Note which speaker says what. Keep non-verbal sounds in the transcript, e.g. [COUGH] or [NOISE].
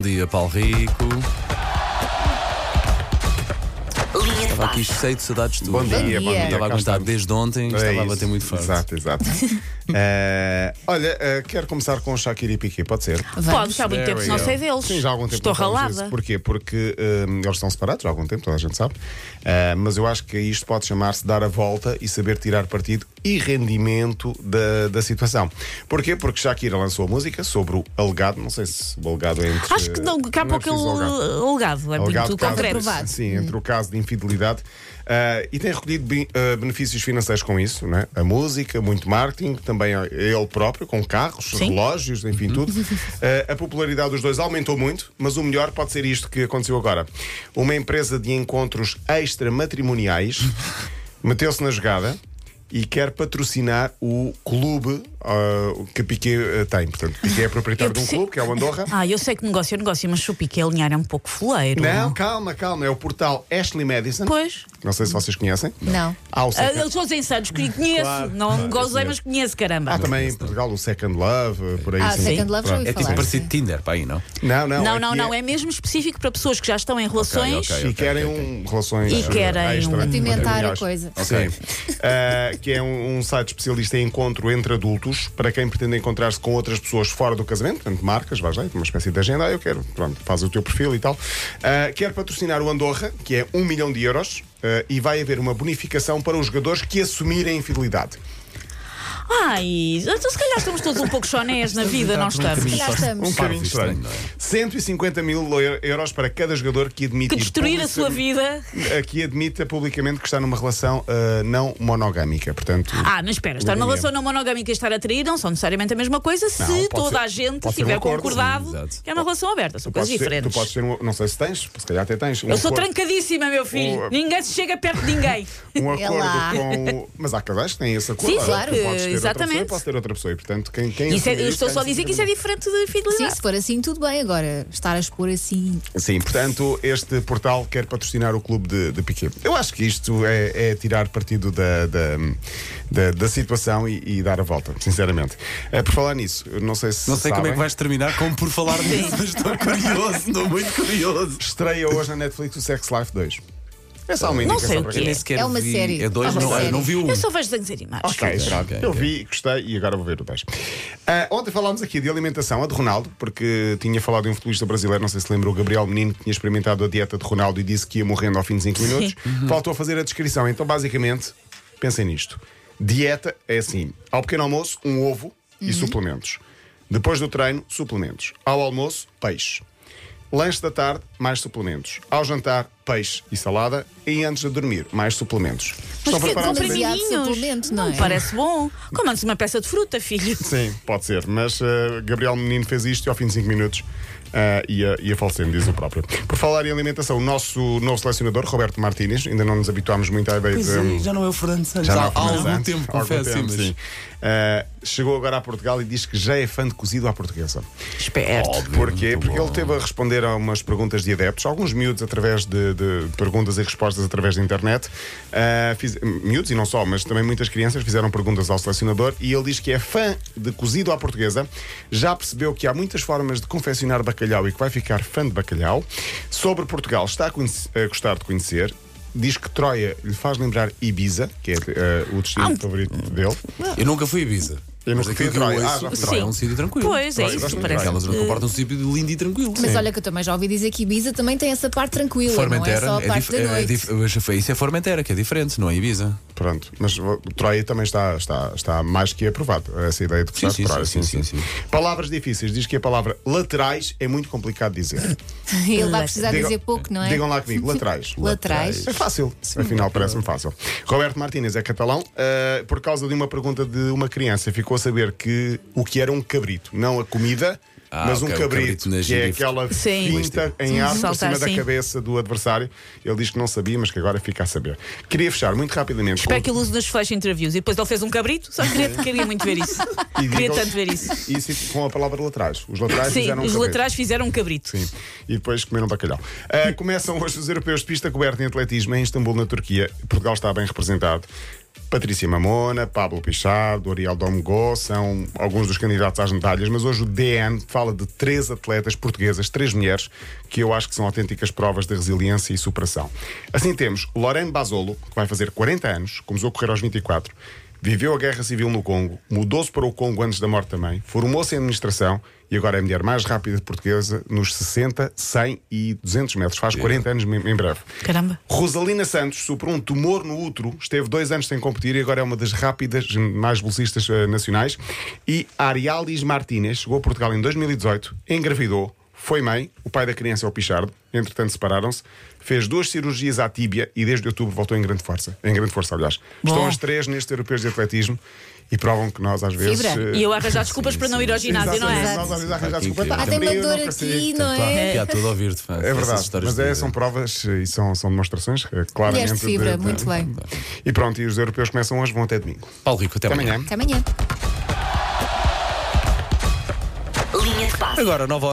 Speaker 1: Bom dia, Paulo Rico.
Speaker 2: Linha de
Speaker 1: Estava aqui
Speaker 2: baixo.
Speaker 1: cheio de saudades tuas.
Speaker 3: Bom
Speaker 2: dia.
Speaker 3: dia, bom dia.
Speaker 1: Estava a
Speaker 3: cá
Speaker 1: gostar
Speaker 3: estamos.
Speaker 1: desde ontem,
Speaker 3: É
Speaker 1: estava a
Speaker 3: isso.
Speaker 1: bater muito forte. [LAUGHS]
Speaker 3: Exato, exato. Eh, olha, eh, quero começar com Shakira e Piqué, pode ser?
Speaker 4: Pode, já há muito
Speaker 1: There
Speaker 4: tempo
Speaker 1: we
Speaker 4: que não
Speaker 1: go.
Speaker 4: sei deles.
Speaker 3: Sim, já há algum tempo.
Speaker 4: Estou
Speaker 3: não falamos
Speaker 4: ralada.
Speaker 3: disso. Porquê? Porque ehm, eles estão separados há algum tempo, toda a gente sabe. Eh, mas eu acho que isto pode chamar-se dar a volta e saber tirar partido e rendimento da, da situação. Porquê? Porque Shakira lançou a música sobre o alegado, não sei se o alegado é entre.
Speaker 4: Acho que não, cá
Speaker 3: não é
Speaker 4: pouco ele
Speaker 3: preciso alegado.
Speaker 4: alegado. É
Speaker 3: Alegado
Speaker 4: muito
Speaker 3: caso-
Speaker 4: concreto.
Speaker 3: Sim, entre o caso de infidelidade. ah, e tem recolhido ben- ah, benefícios financeiros com isso, né? a música, muito marketing, também a- ele próprio, com carros, relógios, enfim, tudo.
Speaker 4: Uhum.
Speaker 3: Ah, a popularidade dos dois aumentou muito, mas o melhor pode ser isto que aconteceu agora. Uma empresa de encontros
Speaker 4: [LAUGHS]
Speaker 3: extramatrimoniais meteu-se na jogada e quer patrocinar o clube ah, que Piquet ah, tem. Portanto, Piquet é proprietário
Speaker 4: Eu
Speaker 3: de um
Speaker 4: percebo.
Speaker 3: clube, que é o Andorra.
Speaker 4: Ah, eu sei que negócio é negócio, mas chupi que alinhar é um pouco fuleiro.
Speaker 3: Não, calma, calma. É o portal Ashley Madison.
Speaker 4: Pois.
Speaker 3: Não sei se vocês conhecem.
Speaker 2: Hum. Não.
Speaker 3: Há, o
Speaker 4: Ah,
Speaker 3: Second-
Speaker 4: eles são insanos, que conheço.
Speaker 3: é. Claro,
Speaker 4: não
Speaker 3: claro,
Speaker 4: gozei,
Speaker 3: conheço.
Speaker 4: mas conheço, caramba.
Speaker 3: Há também em Portugal o Second Love, eh, por aí
Speaker 2: Ah,
Speaker 3: assim.
Speaker 2: Second Love já ouvi
Speaker 3: Pronto.
Speaker 1: É tipo
Speaker 2: falar.
Speaker 1: parecido Tinder para aí, não?
Speaker 3: Não, não.
Speaker 4: não,
Speaker 3: aqui
Speaker 4: não, não. É mesmo específico para pessoas que já estão em relações.
Speaker 1: ok.
Speaker 3: E querem um, relações
Speaker 4: E
Speaker 3: eh,
Speaker 4: querem
Speaker 3: extra-
Speaker 4: um-
Speaker 2: Apimentar a
Speaker 3: familiares.
Speaker 2: coisa.
Speaker 1: Ok.
Speaker 3: Sim. Eh, que é um, um site especialista em encontro entre adultos para quem pretende encontrar-se com outras pessoas fora do casamento, portanto, marcas, vais lá, uma espécie de agenda, ah, eu quero, pronto, faz o teu perfil e tal. Eh, quer patrocinar o Andorra, que é um milhão de euros, eh, e vai haver uma bonificação para os jogadores que assumirem a infidelidade.
Speaker 4: Ai, então se calhar estamos todos um pouco chonés na vida, não estamos.
Speaker 2: Já estamos.
Speaker 3: Um caminho estranho.
Speaker 1: não é?
Speaker 3: 150 mil eu- euros para cada jogador que admite
Speaker 4: Que destruir a sua vida.
Speaker 3: Que admita publicamente que está numa relação ah, não monogâmica. Portanto,
Speaker 4: Ah, mas espera, estar numa
Speaker 3: Não é.
Speaker 4: relação não monogâmica e estar a trair não são necessariamente a mesma coisa se
Speaker 3: pode
Speaker 4: toda
Speaker 3: ser-
Speaker 4: a gente
Speaker 3: pode ser um
Speaker 4: tiver
Speaker 3: acordo,
Speaker 4: concordado
Speaker 1: sim, exato.
Speaker 4: que é uma relação aberta. São
Speaker 3: tu
Speaker 4: coisas
Speaker 3: podes ter, tu
Speaker 4: diferentes.
Speaker 3: podes ter um, não sei se tens, se calhar até tens. Um
Speaker 4: Eu sou
Speaker 3: acordo, Um
Speaker 4: trancadíssima, meu filho.
Speaker 3: Ou-
Speaker 4: Ninguém se chega perto
Speaker 3: [LAUGHS]
Speaker 4: de ninguém.
Speaker 3: um
Speaker 2: É
Speaker 3: acordo
Speaker 2: lá.
Speaker 3: com. o- Mas há casais que têm esse acordo.
Speaker 4: Sim, sim,
Speaker 3: olha, tu
Speaker 4: claro,
Speaker 3: podes ter
Speaker 4: exatamente.
Speaker 3: Outra pessoa, posso ter outra pessoa. E, portanto, quem, quem
Speaker 4: Isso é-
Speaker 3: assumir
Speaker 4: eu estou
Speaker 3: tem
Speaker 4: só a dizer que isso é diferente de
Speaker 2: Sim,
Speaker 4: fidelidade.
Speaker 2: se for assim, tudo bem. Agora, estar a expor assim.
Speaker 3: Sim, portanto, este portal quer patrocinar o clube de, de Piquet. Eu acho que isto é, é tirar partido da, da, da- da situação e, e dar a volta, sinceramente. É, por falar nisso, eu não sei se.
Speaker 1: Não sei como é que
Speaker 3: sabem,
Speaker 1: vais terminar, como por falar nisso, mas estou curioso, estou muito curioso.
Speaker 3: Estreia hoje na Netflix o Sex Life 2. É só uma indicação
Speaker 4: sei o
Speaker 3: para
Speaker 4: que
Speaker 3: quem-
Speaker 4: é.
Speaker 1: sequer
Speaker 2: É uma
Speaker 1: vi-
Speaker 2: série.
Speaker 1: É dois,
Speaker 2: É uma
Speaker 1: não, eu
Speaker 2: série.
Speaker 1: não vi o um.
Speaker 4: Eu só vejo desenhos animados.
Speaker 3: Ok, pronto.
Speaker 1: ok,
Speaker 3: eu
Speaker 1: ok.
Speaker 3: vi, gostei e agora vou ver o 10. ontem falámos aqui de alimentação, a de Ronaldo, porque tinha falado de um futebolista brasileiro, não sei se lembra, o Gabriel Menino, que tinha experimentado a dieta de Ronaldo e disse que ia morrendo ao fim de 5 minutos.
Speaker 4: Uhum.
Speaker 3: Faltou fazer a descrição. Então, basicamente, pensem nisto: dieta é assim: ao pequeno almoço, um ovo
Speaker 4: Uhum.
Speaker 3: e suplementos. Depois do treino, suplementos. Ao almoço, peixe. Lanche da tarde, mais suplementos. Ao jantar, peixe e salada. E antes de dormir, mais suplementos.
Speaker 4: Mas que
Speaker 3: preparados para isto?
Speaker 2: Demasiado suplemento,
Speaker 4: comprimidinhos.
Speaker 2: não
Speaker 4: Não,
Speaker 2: é?
Speaker 4: parece bom. Comamos uma peça de fruta, filho.
Speaker 3: Sim, pode ser. Mas eh, Gabriel Menino fez isto e ao fim de 5 minutos eh, ia, ia falecendo, diz o próprio. Por falar em alimentação, o nosso novo selecionador, Roberto Martínez, ainda não nos habituámos muito à ideia
Speaker 1: Pois
Speaker 3: de. um
Speaker 1: é, já não é o Fernando Santos.
Speaker 3: Já
Speaker 1: Há
Speaker 3: não
Speaker 1: há
Speaker 3: há Fernando
Speaker 1: algum
Speaker 3: Santos,
Speaker 1: tempo,
Speaker 3: há algum
Speaker 1: confesso, sim,
Speaker 3: tempo,
Speaker 1: mas.
Speaker 3: sim. Eh, chegou agora a Portugal e diz que já é fã de cozido à portuguesa.
Speaker 4: Esperto.
Speaker 3: Porquê?
Speaker 1: muito
Speaker 3: Porque
Speaker 1: bom.
Speaker 3: ele teve a responder a umas perguntas de adeptos, alguns miúdos através de, de perguntas e respostas através da internet. Ah, fiz- miúdos e não só, mas também muitas crianças fizeram perguntas ao selecionador e ele diz que é fã de cozido à portuguesa. Já percebeu que há muitas formas de confeccionar bacalhau e que vai ficar fã de bacalhau. Sobre Portugal, está a, conhece- a gostar de conhecer. Diz que Troia lhe faz lembrar Ibiza, que é ah, o destino favorito dele.
Speaker 1: Eu nunca fui a Ibiza.
Speaker 3: Eu
Speaker 1: Mas
Speaker 3: nunca
Speaker 1: aquilo
Speaker 3: fui a
Speaker 1: que eu
Speaker 3: Troia. Ah,
Speaker 1: ouço,
Speaker 3: já fui a
Speaker 1: Troia é
Speaker 4: Troia.
Speaker 1: um sítio tranquilo.
Speaker 4: Pois, é
Speaker 1: Troia,
Speaker 4: isso,
Speaker 1: gosto muito
Speaker 4: parece.
Speaker 1: de Troia. Elas não comportam um sítio lindo e tranquilo.
Speaker 2: Mas olha que eu também já ouvi dizer que Ibiza também tem essa parte tranquila.
Speaker 1: Formentera,
Speaker 2: não é só a parte
Speaker 1: dif-
Speaker 2: da noite.
Speaker 1: dif- eu acho- isso é Formentera, que é diferente, não é Ibiza.
Speaker 3: Pronto, mas o Troia também está, está, está mais que aprovado, essa ideia de
Speaker 1: Sim,
Speaker 3: gostar de
Speaker 1: sim,
Speaker 3: Troia.
Speaker 1: sim, sim, sim,
Speaker 3: Palavras difíceis, diz que a palavra laterais é muito complicado de dizer.
Speaker 2: [LAUGHS] Ele vai precisar
Speaker 3: Digam-
Speaker 2: dizer pouco, não é?
Speaker 3: Digam lá comigo, laterais.
Speaker 2: [LAUGHS] Laterais.
Speaker 3: É fácil, afinal parece-me fácil. Roberto Martínez é catalão, ah, por causa de uma pergunta de uma criança, ficou a saber que o que era um cabrito, não a comida,
Speaker 1: Ah,
Speaker 3: mas
Speaker 1: ok,
Speaker 3: um
Speaker 1: o
Speaker 3: cabrito,
Speaker 1: cabrito na
Speaker 3: que é
Speaker 1: girife.
Speaker 3: aquela
Speaker 4: Sim.
Speaker 3: pinta em
Speaker 4: Sim,
Speaker 3: ar por
Speaker 4: saltar
Speaker 3: cima da
Speaker 4: assim.
Speaker 3: cabeça do adversário. Ele diz que não sabia, mas que agora fica a saber. Queria fechar muito rapidamente. com-
Speaker 4: Espero que ele use nas flash interviews. E depois ele fez um cabrito. Só queria, queria muito ver isso.
Speaker 3: E
Speaker 4: queria
Speaker 3: digam-
Speaker 4: tanto ver isso.
Speaker 3: Isso com a palavra laterais. Os laterais
Speaker 4: Sim,
Speaker 3: fizeram um
Speaker 4: os
Speaker 3: cabrito.
Speaker 4: laterais fizeram um cabrito.
Speaker 3: Sim. E depois comeram bacalhau. Ah, começam hoje os europeus de pista coberta em atletismo em Istambul, na Turquia. Portugal está bem representado. Patrícia Mamona, Pablo Pichard, Ariel Domgo são alguns dos candidatos às medalhas, mas hoje o DN fala de três atletas portuguesas, três mulheres, que eu acho que são autênticas provas de resiliência e superação. Assim temos Lorraine Basolo, que vai fazer 40 anos, começou a correr aos 24, viveu a guerra civil no Congo, mudou-se para o Congo antes da morte também, formou-se em administração e agora é a mulher mais rápida portuguesa nos 60, 100 e 200 metros. Faz 40 anos em em breve.
Speaker 4: Caramba.
Speaker 3: Rosalina Santos superou um tumor no útero, esteve dois anos sem competir e agora é uma das rápidas mais velocistas eh, nacionais. E Arialis Martínez chegou a Portugal em 2018, engravidou, foi mãe, o pai da criança é o Pichardo, entretanto separaram-se, fez duas cirurgias à tíbia e desde outubro voltou em grande força. Em grande força, aliás. Estão as três nestes europeus de atletismo e provam que nós às vezes.
Speaker 2: Fibra.
Speaker 3: eh,
Speaker 4: E eu a arranjar desculpas para não ir ao ginásio, não
Speaker 3: Exatamente,
Speaker 4: é?
Speaker 3: Nós às vezes arranjamos desculpa.
Speaker 1: Ah,
Speaker 3: "Tá
Speaker 1: tem
Speaker 2: uma
Speaker 3: frio,
Speaker 2: dor
Speaker 3: não consigo".
Speaker 2: aqui, não é?
Speaker 1: Fica todo a ouvir-te. pá.
Speaker 3: É
Speaker 1: Essas
Speaker 3: verdade,
Speaker 1: histórias
Speaker 3: mas
Speaker 1: de
Speaker 3: é,
Speaker 1: vida.
Speaker 3: são provas e são, são demonstrações, é, claramente.
Speaker 2: Mulheres de fibra, muito bem.
Speaker 3: E pronto, e os europeus começam hoje, vão até domingo.
Speaker 1: Paulo Rico, até
Speaker 3: Até
Speaker 1: amanhã.
Speaker 3: amanhã.
Speaker 2: Até amanhã.
Speaker 5: Linha de passe.
Speaker 1: Agora, nova